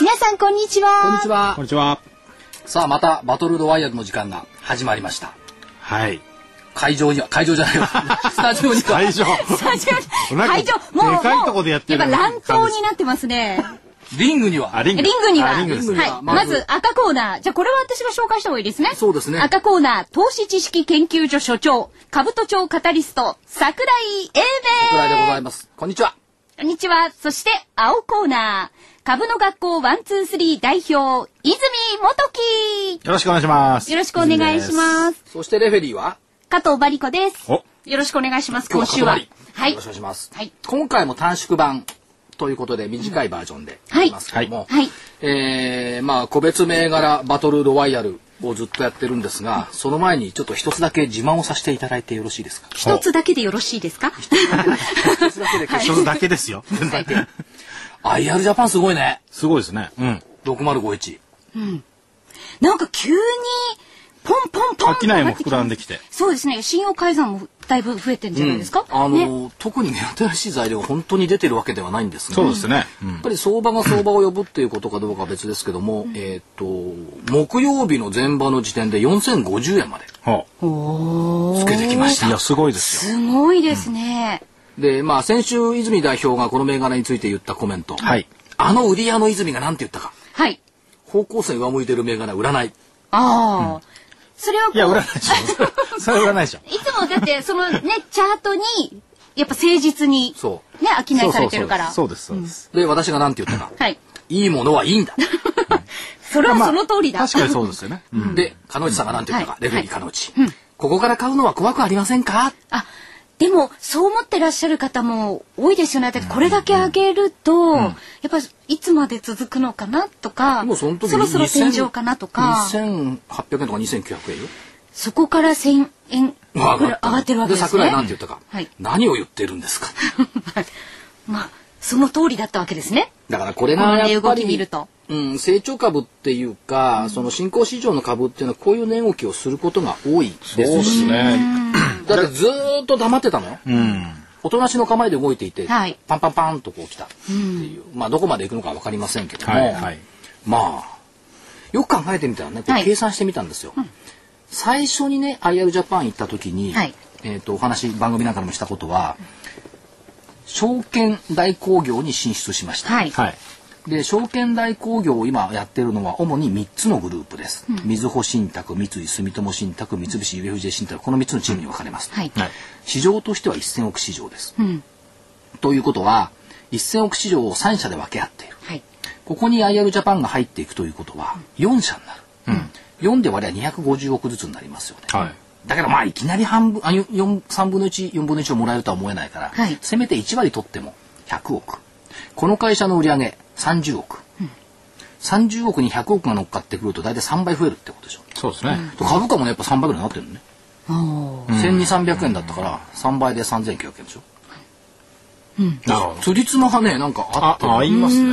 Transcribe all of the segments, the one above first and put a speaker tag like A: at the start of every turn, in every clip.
A: 皆さんこんにちは
B: こんにちは
C: こんにちは
B: さあまたバトルドワイヤルの時間が始まりました
C: はい
B: 会場には会場じゃない わスタジオには
C: 大丈 夫なんか
A: 会場もう
C: でかい
A: もう
C: とこでやってる
A: やっぱ乱闘になってますね
B: リングには
C: あリン
A: リ
C: グ
A: ングには
C: あリングですね
B: ね
A: はい、まず赤コーナーじゃあこれは私が紹介した方がいいですね
B: そうですね
A: 赤コーナー投資知識研究所所長株都庁カタリスト桜井英
B: くらいでご
A: 明
B: ざいますこんにちは
A: こんにちはそして青コーナー株の学校ワンツースリー代表泉元樹
D: よろしくお願いします。
A: よろしくお願いします
B: そしてレフェリーは
A: 加藤バリコです
D: お
A: よろしくお願いします
B: 今
A: 今
B: 日
A: 週
B: は
A: は
B: 塊
A: はい
B: よろしくお願いします、
A: はい
B: 今回も短縮版ということで短いバージョンでありますけども、
A: はいはい
B: えーまあ個別銘柄バトルロワイヤルをずっとやってるんですがその前にちょっと一つだけ自慢をさせていただいてよろしいですか
A: 一つだけでよろしいですか
B: 一つだけで
D: それだけですよ。
B: IR ジャパンすごいね
D: すごいですね。うん。
B: 6051
A: なんか急にポンポンポンって
D: 商いも
A: 上がってき
D: 膨らんできて。
A: そうですね信用改ざんもだいぶ増えてんじゃないですか、
B: あの
A: ね、
B: 特に目新しい材料が本当に出てるわけではないんですが
D: そうですね。
B: やっぱり相場が相場を呼ぶっていうことかどうかは別ですけども、えーっと木曜日の前場の時点で4050円まで
D: ほう
B: つけてきまし
D: いや、
B: た
D: すごいですよ。
A: すごいですね、
B: でまあ先週泉代表がこの銘柄について言ったコメント、
D: はい。
B: あの売り屋の泉が何て言ったか
A: はい
B: 方向性上向いてる銘柄売らない
A: ああ、それはこう
D: いや、売らないでし ょ。それは売らないでしょ。
A: いつもだってそのねチャートにやっぱ誠実に
B: そ
A: ね商いされてるから
D: そうです、そうです。
B: うで私が何て言ったか
A: はい
B: いいものはいいんだ、
A: それはその通りだ、
D: 確かにそうで すよね。うん
B: で鹿野内さんが何て言ったか、
A: はい
B: レフェリー鹿野内、ここから買うのは怖くありませんか
A: あでもそう思ってらっしゃる方も多いですよねだってこれだけ上げると、やっぱいつまで続くのかなとか
B: もうその時
A: ろそろ天
B: 2000
A: 井かなとか
B: 2800円とか2900円よ
A: そこから1,000円ぐらい上がってるわけですね。
B: 桜井なんて言ったか、
A: はい
B: 何を言ってるんですか
A: まあその通りだったわけですね。
B: だからこれがやっ
A: こ
B: ぱ
A: ういう動き見
B: り
A: ると、
B: うん、成長株っていうか、その新興市場の株っていうのはこういう値動きをすることが多い
D: そう
B: で
D: です
B: し
D: すね。
B: だからずーっと黙ってたのよ
D: うん。
B: おとなしの構えで動いていて、
A: はい
B: パンパンパンとこう来たっていう、まあどこまで行くのか分かりませんけども、
D: はい、はい。
B: まあよく考えてみたらねこ
A: は
B: れ
A: い
B: 計算してみたんですよ、最初にね IR ジャパン行った時に、
A: はい
B: えー、とお話番組なんかでもしたことは証券代行業に進出しました、
A: はい。
D: はい。
B: で証券代行業を今やってるのは主に3つのグループです、みずほ信託三井住友信託三菱 UFJ 信託この3つのチームに分かれます、
A: はい。
D: はい。
B: 市場としては1000億市場です
A: うん。
B: ということは1000億市場を3社で分け合っている
A: はい。
B: ここに IR ジャパンが入っていくということは4社になる、4で割れば250億ずつになりますよね
D: はい。
B: だからまあいきなり半分あよ4 3分の14分の1をもらえるとは思えないから、
A: はい
B: せめて1割取っても100億この会社の売り上げ30億、30億に100億が乗っかってくると大体3倍増えるってことでしょ
D: そうですね。
B: 株価もねやっぱ3倍ぐらいになってるのね、
A: おお。
B: 1200300円だったから3倍で3900円でしょ
D: なるほど。
B: つりつまがねなんかあ
D: あ
B: っ、てる
D: 合いますね。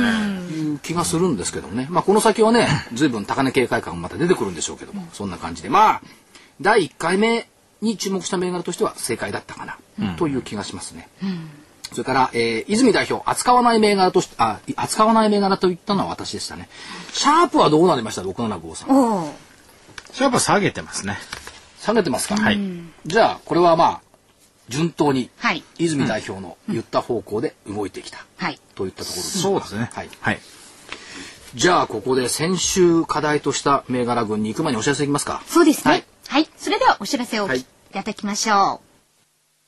B: いう気がするんですけどもね、まあ、この先はね随分高値警戒感がまた出てくるんでしょうけどもそんな感じでまあ第1回目に注目した銘柄としては正解だったかな、という気がしますね。それから、えー泉代表扱わない銘柄としてあい扱わない銘柄と言ったのは私でしたね。シャープはどうなりました6753
A: おお。
D: それやっぱ下げてますね。
B: 下げてますか、
D: はい。
B: じゃあこれはまあ順当に
A: はい。
B: 泉代表の言った方向で動いてきた、
A: はい。
B: といったところです
D: そうですね。
B: はい
D: はい。
B: じゃあここで先週課題とした銘柄群に行く前にお知らせいきますか
A: そうですね。
B: は
A: はいい。それではお知らせをお聞きいただきましょう。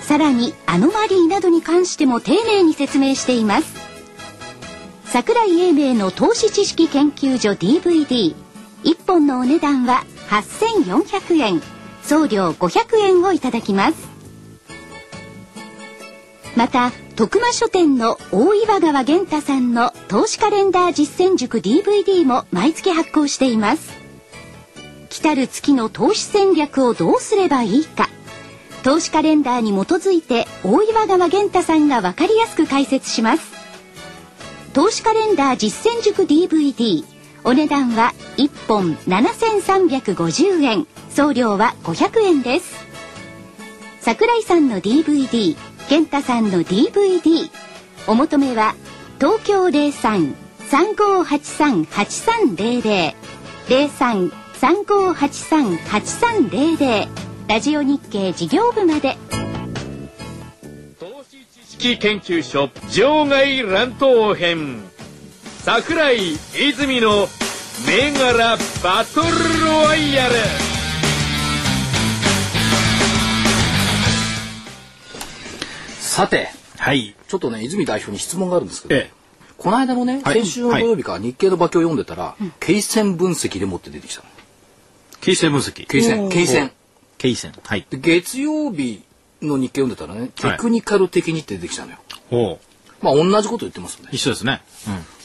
A: さらにアノマリーなどに関しても丁寧に説明しています桜井英明の投資知識研究所 DVD 一本のお値段は8400円送料500円をいただきますまた徳間書店の大岩川源太さんの投資カレンダー実践塾 DVD も毎月発行しています来たる月の投資戦略をどうすればいいか投資カレンダーに基づいて大岩川源太さんが分かりやすく解説します投資カレンダー実践塾 DVD お値段は1本7350円送料は500円です桜井さんの DVD 健太さんの DVD お求めは東京03-3583-8300 03-3583-8300ラジオ日経事業部まで
C: 投資知識研究所場外乱闘編桜井泉の銘柄バトルロワイヤル
B: さて、
D: はい。
B: ちょっとね、泉代表に質問があるんですけど、
D: ええ。
B: この間のね、
D: はい
B: 先週の土曜日か、日経の馬鏡を読んでたら、経線分析でもって出てきたの。
D: 形成分析。
B: 経線、経線。
D: 経線。はい。
B: で月曜日の日経読んでたらね、テクニカル的にって出てきたのよ。
D: おう
B: まあ、同じこと言ってますよね。
D: 一緒ですね。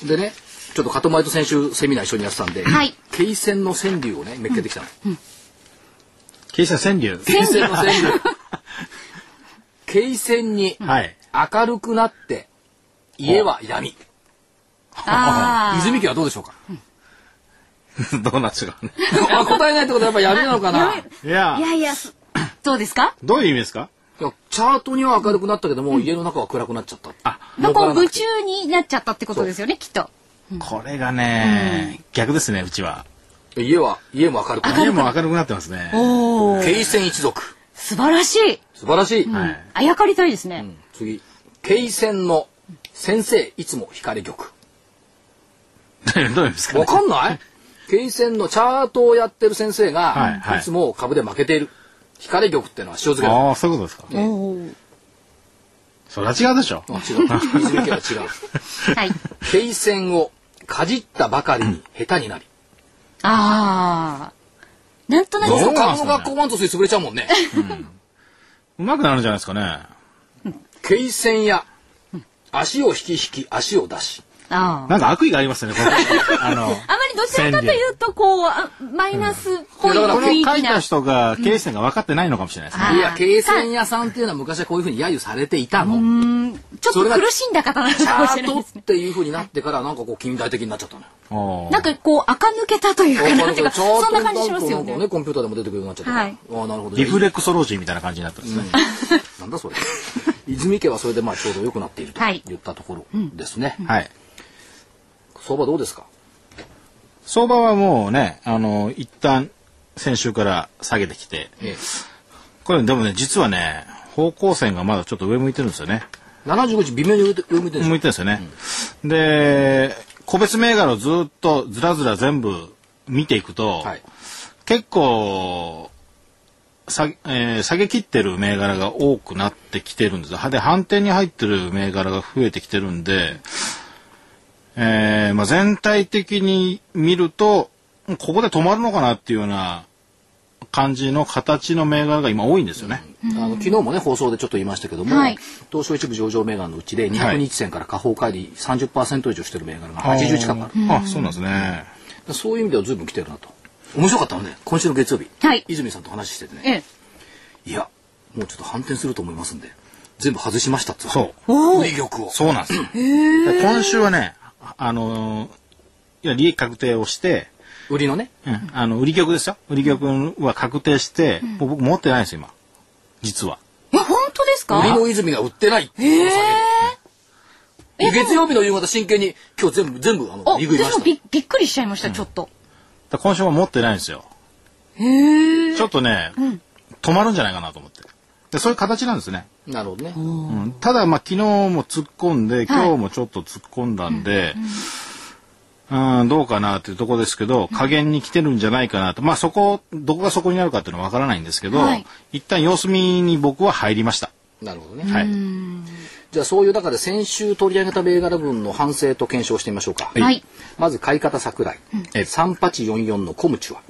B: でね、ちょっと加藤前と先週セミナー一緒にやってたんで、
E: はい
B: 経線の川柳をね、めっけてきたの。
D: 経線川柳。
B: 経線の川柳。経線に
D: はい。
B: 明るくなって、家は闇。
E: あ
B: 泉家はどうでしょうか
D: どうなんですかね。
B: あ答えないってことはやっぱ闇なのかない
D: や
E: あ。い、やいや、すどうですか
D: どういう意味ですか
B: いやチャートには明るくなったけども、家の中は暗くなっちゃった。
D: あ、
E: どこ
B: 残ら
E: も
B: な
E: 夢
B: くて
E: 中になっちゃったってことですよね、きっと。
D: これがね、逆ですね、うちは。
B: 家は、家も明るくな
D: 家
B: る。
D: も明るくなってますね。
E: おお、
B: 慶戦一族。
E: 素晴らしい。
B: 素晴らしい。
D: は
B: う
D: い。
E: あやかりたいですね。
B: ん次。慶戦の先生、いつも光玉。
D: どういう意味ですか
B: わ
D: ね。
B: かんない経線のチャートをやってる先生が、
D: はい
B: い
D: はい
B: つも株で負けている。光玉ってのは塩漬けだ。
D: ああ、そういうことですか。
B: ええ
E: おー
D: それは違うでしょ。
B: あ違う。水抜けは違う。
E: はい。
B: 経線をかじったばかりに下手になり。
E: ああ。なんとな
B: そう
E: く
B: す
E: そ
B: る
E: う
B: と
D: どうなん
B: 株の
D: すかね
B: 学校ワンとス潰れちゃうもんね。
D: うまくなるんじゃないですかね。
B: 経線や足を引き引き足を出し。
E: ああ。
D: なんか悪意がありますね、この。あの、
E: あまりどちらかというと、こう、あマイナスっぽい
B: うんいやだ
D: こ
B: から
D: れを
E: 雰囲
D: 書い
E: 気
D: た
E: な。
D: 人が経線が分かってないのかもしれないですね。
E: あー
B: いや、経線屋さんっていうのは昔はこういうふうに揶揄されていたの。
E: ちょっと苦しんだ方なの
B: チ
E: か
B: ャ
E: もしれ
B: ー
E: ない
B: ト
E: で
B: っ
E: すね。
B: ていうふうになってからなんかこう近代的になっちゃったのよ。
D: おー
E: なんかこう、垢抜けたというか、なんていうか、
B: チャー
E: そ
B: ト
E: んな感じしますよ
B: な んか
E: ね。
B: ね、コンピューターでも出てくるようになっちゃったから。
E: はい
B: ああ、なるほど。
D: リフレクソロジーみたいな感じになってますね。
B: なんだそれ。泉家はそれでまあちょうど良くなっていると
E: はい
B: 言ったところですね。
D: はい。
B: 相場どうですか
D: 相場はもうね、あの、一旦先週から下げてきて、
B: ええ
D: これでもね、実はね、方向線がまだちょっと上向いてるんですよね。
B: 75日微妙に上向いてるんで
D: 向いてるんですよね。で、個別銘柄をずっとずらずら全部見ていくと、
B: はい
D: 結構、下げ,、えー下げ切ってる銘柄が多くなってきてるんですよ。はで、反転に入ってる銘柄が増えてきてるんで、えーまあ、全体的に見ると、ここで止まるのかなっていうような感じの形の銘柄が今多いんですよね。
B: あの昨日もね放送でちょっと言いましたけども、
E: はい
B: 東証一部上場銘柄のうちで200日線から下方乖離30%以上してる銘柄が80近くある、
D: あ、そうなんですね。
B: そういう意味では随分来てるなと面白かったのね今週の月曜日、
E: はい
B: 泉さんと話しててね、
E: ええ。
B: いやもうちょっと反転すると思いますんで全部外しましたっつ
D: そう。
B: う利力を
D: そうなんですよ。今週はね、ああのーいや利益確定をして、
B: 売りのね
D: うんあの売り局ですよ。売り局は確定して、もう僕持ってないんですよ今。実は。
E: え、本当です
B: 売り
E: か
B: の泉が売ってないっていう噂で月曜日の夕方真剣に今日全部全部あの
E: お、
B: 利
E: で
B: 食いまし
E: も
B: た
E: びびっくりしちゃいました、ちょっと。
D: だから今週は持ってないんですよ。
E: へえ。
D: ちょっとね、止まるんじゃないかなと思って。でそういう形なんですね。
B: なるほどね。
D: うんただ、まあ、昨日も突っ込んで、今日もちょっと突っ込んだんで、うん、どうかなというところですけど、加減に来てるんじゃないかなと。まあ、そこ、どこがそこになるかっていうのはわからないんですけど、
E: はい
D: 一旦様子見に僕は入りました。
B: なるほどね。
D: はい。
B: じゃあそういう中で先週取り上げた銘柄分の反省と検証してみましょうか。
E: はい。
B: まず買い方桜井。
D: え
B: 3844のコムチュは。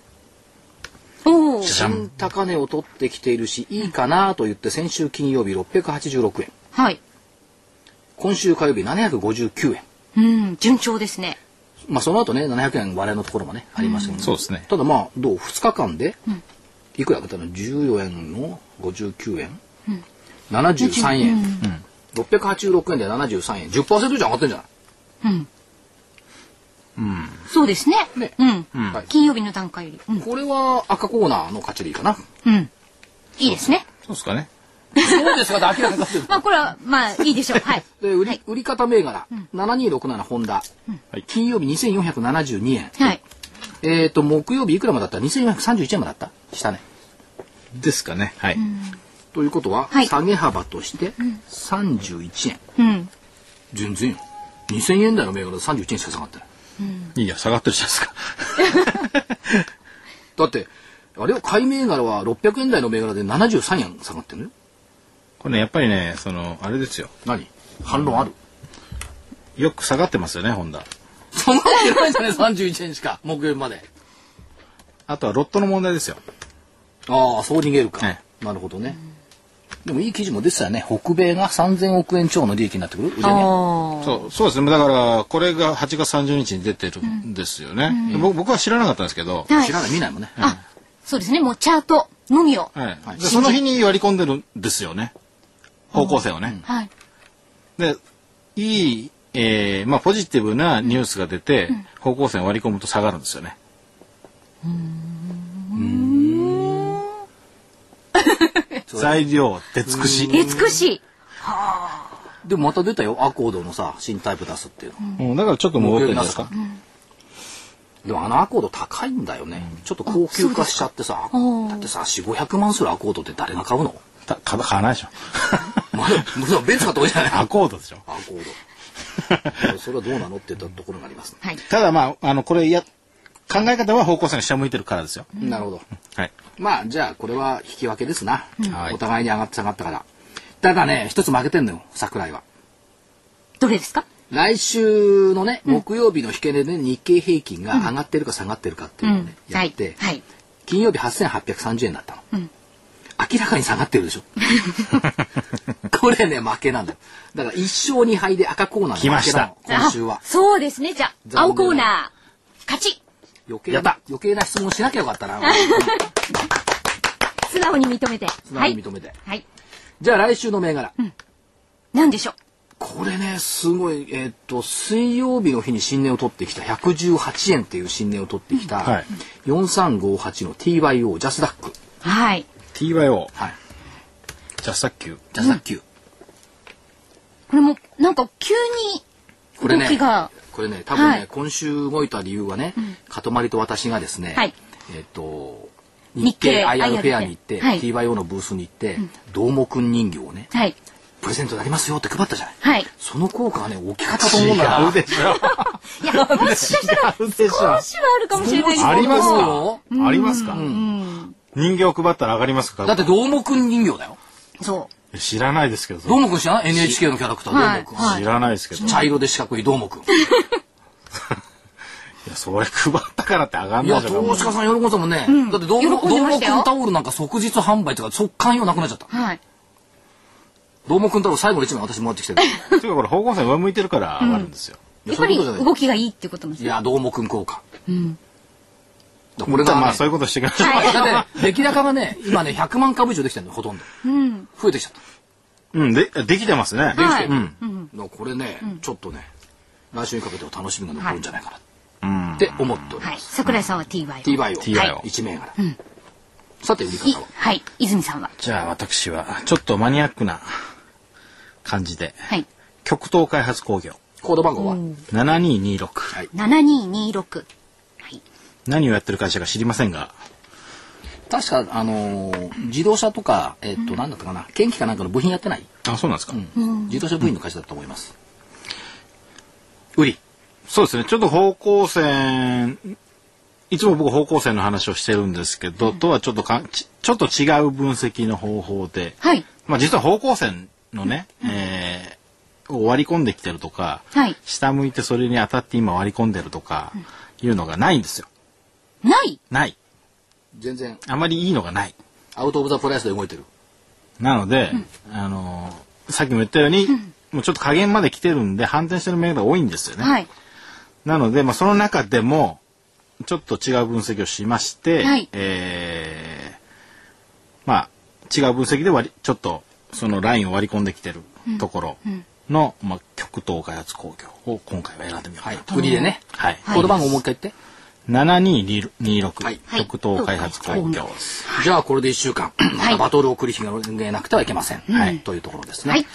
E: おお。
D: じゃん
B: 新高値を取ってきているし、いいかなと言って先週金曜日686円。
E: はい。
B: 今週火曜日759円。
E: うん、順調ですね。
B: まあその後ね、700円割れのところもね、ありましたけど、
D: そうですね。
B: ただまあ、どう ?2 日間で、いくら上がったの ?14 円の59円、?73 円、686円で73円。10%以上上がってんじゃない
E: うん。そうですね。
B: ね
E: うん。
B: はい
E: 金曜日の段階より。うん。
B: これは赤コーナーの勝ちでいいかな。
E: うん。いいですね。
D: そうですかね。
B: そうですかって明らかになってる。
E: まあ、これは、まあ、いいでしょう。はい。
B: で売り、売り方銘柄、7267ホンダ、
D: はい
B: 金曜日2472円。
E: はい。
B: えっ、と、木曜日いくらまでだった ?2431 円までだった下ね。
D: ですかね。はい。
B: ということは、
E: はい
B: 下げ幅として31円。
E: うん。
B: 全然よ。2000円台の銘柄で31円しか下がってない。
D: いや、下がってるじゃないですか。
B: だって、あれを買い銘柄は600円台の銘柄で73円下がってるのよ。
D: これね、やっぱりね、その、あれですよ。
B: 何反論ある、
D: よく下がってますよね、ホンダ。
B: そんなわけないじゃない ?31 円しか、木曜日まで。
D: あとはロットの問題ですよ。
B: ああ、そう逃げるか。
D: え
B: なるほどね。でもいい記事も出てたよね。北米が3000億円超の利益になってくる。
E: お
B: ね、
E: お。
D: そう、そうですね。だから、これが8月30日に出てるんですよね。で僕僕は知らなかったんですけど、
E: はい
B: 知。らない、見ないもんね。
E: あ、そうですね。もうチャートのみを。
D: はいでその日に割り込んでるんですよね。方向性をね。
E: はい。
D: で、いい、えーまあ、ポジティブなニュースが出て、方向性を割り込むと下がるんですよね。 材料、出尽くし。
E: 美しい。
B: でもまた出たよ。アコードのさ、新タイプ出すっていうの。
D: うんだからちょっと戻ってるんじゃないですか。
B: でもあのアコード高いんだよね。ちょっと高級化しちゃってさ。
E: おー
B: だってさ、4、500万するアコードって誰が買うの
D: た買わ買わないでしょ。
B: まだ、まだベンツ買った方がいいじゃない
D: アコードでしょ。
B: アコード。それはどうなのって言ったところがありますね。
E: はい。
D: ただまあ、あの、これ、いや、考え方は方向性に下向いてるからですよ。
B: なるほど。
D: はい。
B: まあ、じゃあ、これは引き分けですな。
D: はい
B: お互いに上がって下がったから。ただね、一つ負けてんのよ、桜井は。
E: どれですか
B: 来週のね、木曜日の引け値でね、日経平均が上がってるか下がってるかっていうのをね、
E: は
B: やっ
E: い
B: て。、
E: はい。
B: 金曜日8830円だったの、
E: ん
B: 明らかに下がってるでしょ これね負けなんだよだから1勝2敗で赤コーナー
D: 来
B: の
D: ま
B: 負け
D: し
B: な
D: た
B: の今週は
E: あそうですね。じゃあ、
B: 残念
E: 青コーナー、勝ち。
B: 余計
D: やっ
B: な
D: た
B: 余計な質問しなきゃよか ったな
E: 素直に認めて。
B: 素直に認めて
E: はい。はい。
B: じゃあ来週の銘柄、
E: 何でしょう
B: これねすごいえーっと水曜日の日に新値を取ってきた118円っていう新値を取ってきた、
D: はい
B: 4358の TYO ジャスダック
E: はい。
D: TYO、
B: はい
D: ジャスタック
B: ジャスダック級、
E: これも、なんか急に、
B: これ
E: 動き
B: ね
E: が、
B: これね多分ね、
E: はい
B: 今週動いた理由はね、かとまりと私がですね、
E: はい
B: えっ、と
E: 日
B: 日
E: 経
B: 経
E: IR
B: IR フェアに行って、
E: はい
B: TYO のブースに行って、どーもくん人形をね
E: はい。
B: プレゼントになりますよって配ったじゃない、
E: はい。
B: その効果はね大きかったと思
D: 違
B: うんだ
D: うでしょ。
E: い や、もしかしたら、
D: 違うでしょ
E: 少。しはあるかもしれないですけど
D: あります
B: そ
D: かありますか人形配ったら上がりますか
B: だってどーもくん人形だよ
E: そ
D: 知らないですけど、
B: どーもくん知らない NHK のキャラクター、
E: はい
B: どーもくん、
E: はい
D: 知らないですけど。い
B: 茶色で四角いどーもくんい
D: や、それ配ったからって上がんな
B: や
D: いじゃん。
B: 投資家さん喜んでたもんね、だってどーも
E: 喜ん
B: ど
E: で
B: ー
E: ま
B: も
E: した
B: く
E: よ
B: んタオルなんか即日販売とか即完用なくなっちゃった
E: う。はい。
B: どーもくんタオル最後の一枚私もらってきてる
D: ていうか、これ方向性上向いてるから上がるんですよ。
B: い
E: やっ
B: そ
E: ぱ
B: う
E: り
B: いうことじゃない
E: 動きがいいってことも
B: いや、どうもくん効果。うん。これが、
D: ま
B: ま
D: あ、
B: あ、
D: そういうことしてください。
B: だってね、出来高がね、今ね、100万株以上できてるのよ、ほとんど。
E: うん。
B: 増えてきちゃった。
D: うん、で、できてますね。
E: はい。
D: う
E: うんん。
B: だからこれね、ちょっとね、来週にかけては楽しみが残るんじゃないかなっ
D: うん。
B: て思っており
E: は
B: ま
E: い。
B: す。
E: 桜井さんは TY。
B: TY を、
D: TY を
B: 1銘柄。さて、売り
E: い
B: 方は。
E: はい。泉さんは。
D: じゃあ、私は、ちょっとマニアックな感じで、
E: はい。
D: 極東開発工業
B: コード番号は
D: 7226。
B: はい
E: 7226。はい。
D: 何をやってる会社か知りませんが、
B: 確か、あのー自動車とか、えっ、と、なんだったかな、検機かなんかの部品やってない、
D: あ、そうなんですか。
B: 自動車部品の会社だと思います。売り。
D: そうですね。ちょっと方向線、いつも僕方向線の話をしてるんですけど、とはちょっとかんち、ちょっと違う分析の方法で、
E: はい。
D: まあ実は方向線のね、えーを割り込んできてるとか、
E: はい
D: 下向いてそれに当たって今割り込んでるとか、いうのがないんですよ。
E: ない
D: ない。
B: 全然、
D: あまりいいのがない。
B: アウトオブザプライスで動いてる。
D: なので、あのーさっきも言ったように、もうちょっと加減まで来てるんで、反転してる銘柄が多いんですよね。
E: はい。
D: なので、まあ、その中でも、ちょっと違う分析をしまして、
E: はい
D: えーまあ、違う分析で割り、ちょっと、そのラインを割り込んできてるところの、まあ、極東開発工業を今回は選んでみようか
B: はい
D: なと。。
B: 売りでね。
D: はい。
B: この番号もう一回言って。
D: 7226、
B: はい
D: 極東開発工業です。
B: じゃあこれで1週間、 ま
E: は
B: た
E: い
B: バトルを繰り広げなくてはいけません。
D: はい
B: というところですね。
E: はい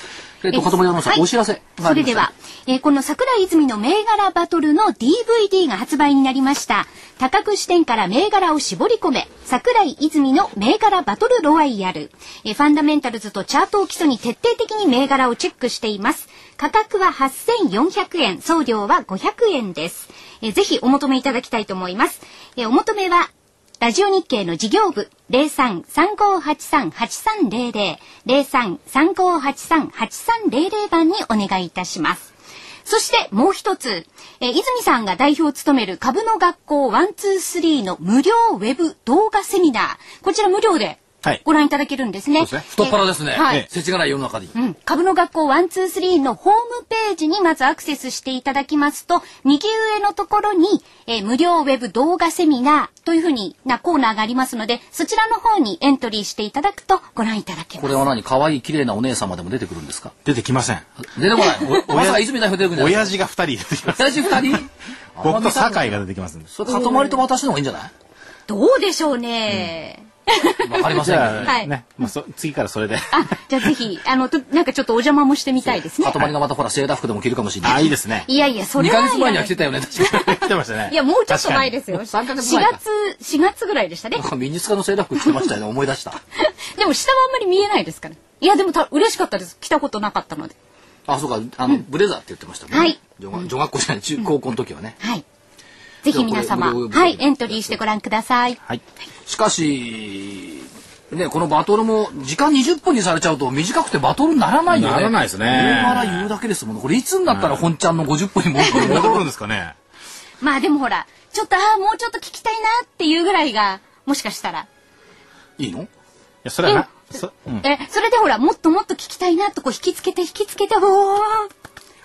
B: えっと、片森山さん、
E: はい
B: お知らせがあ
A: そ
B: りまし
A: れで
B: たね
A: は、えーこの桜井泉の銘柄バトルの DVD が発売になりました。多角視点から銘柄を絞り込め、桜井泉の銘柄バトルロワイヤル。えーファンダメンタルズとチャートを基礎に徹底的に銘柄をチェックしています。価格は8400円、送料は500円です。えーぜひお求めいただきたいと思います。えーお求めは、ラジオ日経の事業部0335838300、0335838300番にお願いいたします。そしてもう一つ、えー泉さんが代表を務める株の学校123の無料ウェブ動画セミナー。こちら無料で
D: はい
A: ご覧いただけるんですね。
D: そうです
B: 太っ腹ですね。
A: えーはい
B: ええ世知がない世の中に。
A: うん株の学校123のホームページにまずアクセスしていただきますと、右上のところに、えー無料ウェブ動画セミナーというふうになコーナーがありますので、そちらの方にエントリーしていただくとご覧いただけ
B: こ
A: ます。
B: れは何可愛い綺麗なお姉様でも出てくるんですか
D: 出てきません。
B: 出てこない。 お
D: おや
B: まさか泉代表出てくるんじゃない
D: 親
B: です
D: 父が2人出てきます。
B: か親父二人
D: 僕と
B: あんま見たこな
D: 酒
B: い
D: 井が出てきますんで。
B: それ、塊と私の方がいいんじゃな
A: どうでしょうね。
B: いわかりませ
D: じ
B: んけ
D: ゃ
B: ど
D: あ、
B: ね。
A: はい
D: ね、まあ、そ次からそれで。
A: あ、じゃあぜひ、あの、となんかちょっとお邪魔もしてみたいですね。
B: 塊がまたほら、セーラー服でも着るかもしれ
D: あ、
B: ない。
D: いいですね。
A: いやいや、そ
B: 2
A: れ
B: ヶ
A: は
B: 月前には着て
A: い
B: たよね、確か
D: 来てましたね。。
A: や、もうちょっと前ですすよ。
B: 3ヶ月
A: 4
B: 前か
A: 月、4月ぐらいでしたね
B: に。。なんかミニスカのセーラー服着てましたよね、思い 出した。
A: でも下はあんまり見えないですから。いや、でもた嬉しかったです。来たことなかったので。
B: あ、そうか、あの、ブレザーって言ってましたね。
A: はい
B: 女学。女学校じゃない、中高校の時はね。
A: はい。ぜひ皆様、
B: じゃあこれ無料ウェブ動画
A: はい、エントリーしてご覧ください。
D: はい。
B: しかし、ね、このバトルも時間20分にされちゃうと短くてバトルにならないよね。
D: ならないですね
B: 銘柄言うだけですもんね。これいつになったら本ちゃんの50分に戻るの
D: 戻るんですかね。
A: まあでもほら、ちょっと、ああ、もうちょっと聞きたいなっていうぐらいが、もしかしたら。
B: いいの
D: いや、それはな、そ、うん。
A: え、それでほら、もっともっと聞きたいなとこう引きつけて引きつけて、おー、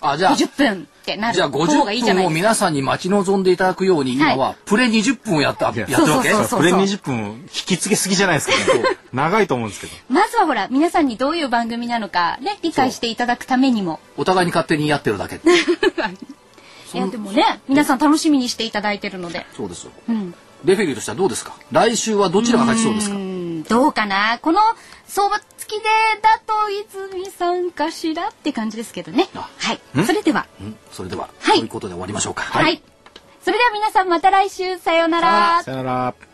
B: あ、じゃあ、じ
A: 50分ってなる
B: ゃあ
A: 方がいいじゃ
B: 50
A: ない
B: 分を
A: ですか。
B: 皆さんに待ち望んでいただくように、今はプレ20分をやった、やってるわけ
A: そうそうそう
D: プレ20分引きつけすぎじゃないですかね。長いと思うんですけど。
A: まずはほら、皆さんにどういう番組なのか、ね、理解していただくためにも。
B: お互いに勝手にやってるだけ。
A: いや、でもね、皆さん楽しみにしていただいてるので。
B: そうですよ。レフェリーとしてはどうですか来週はどちらが勝ちそうですか
A: うん、どうかなこの相場付きでだと泉さんかしらって感じですけどね。
B: あ
A: はい。それでは。
B: うんそれでは、
A: はい
B: ということで終わりましょうか。
A: はい。それでは皆さんまた来週さようなら。
D: さよなら。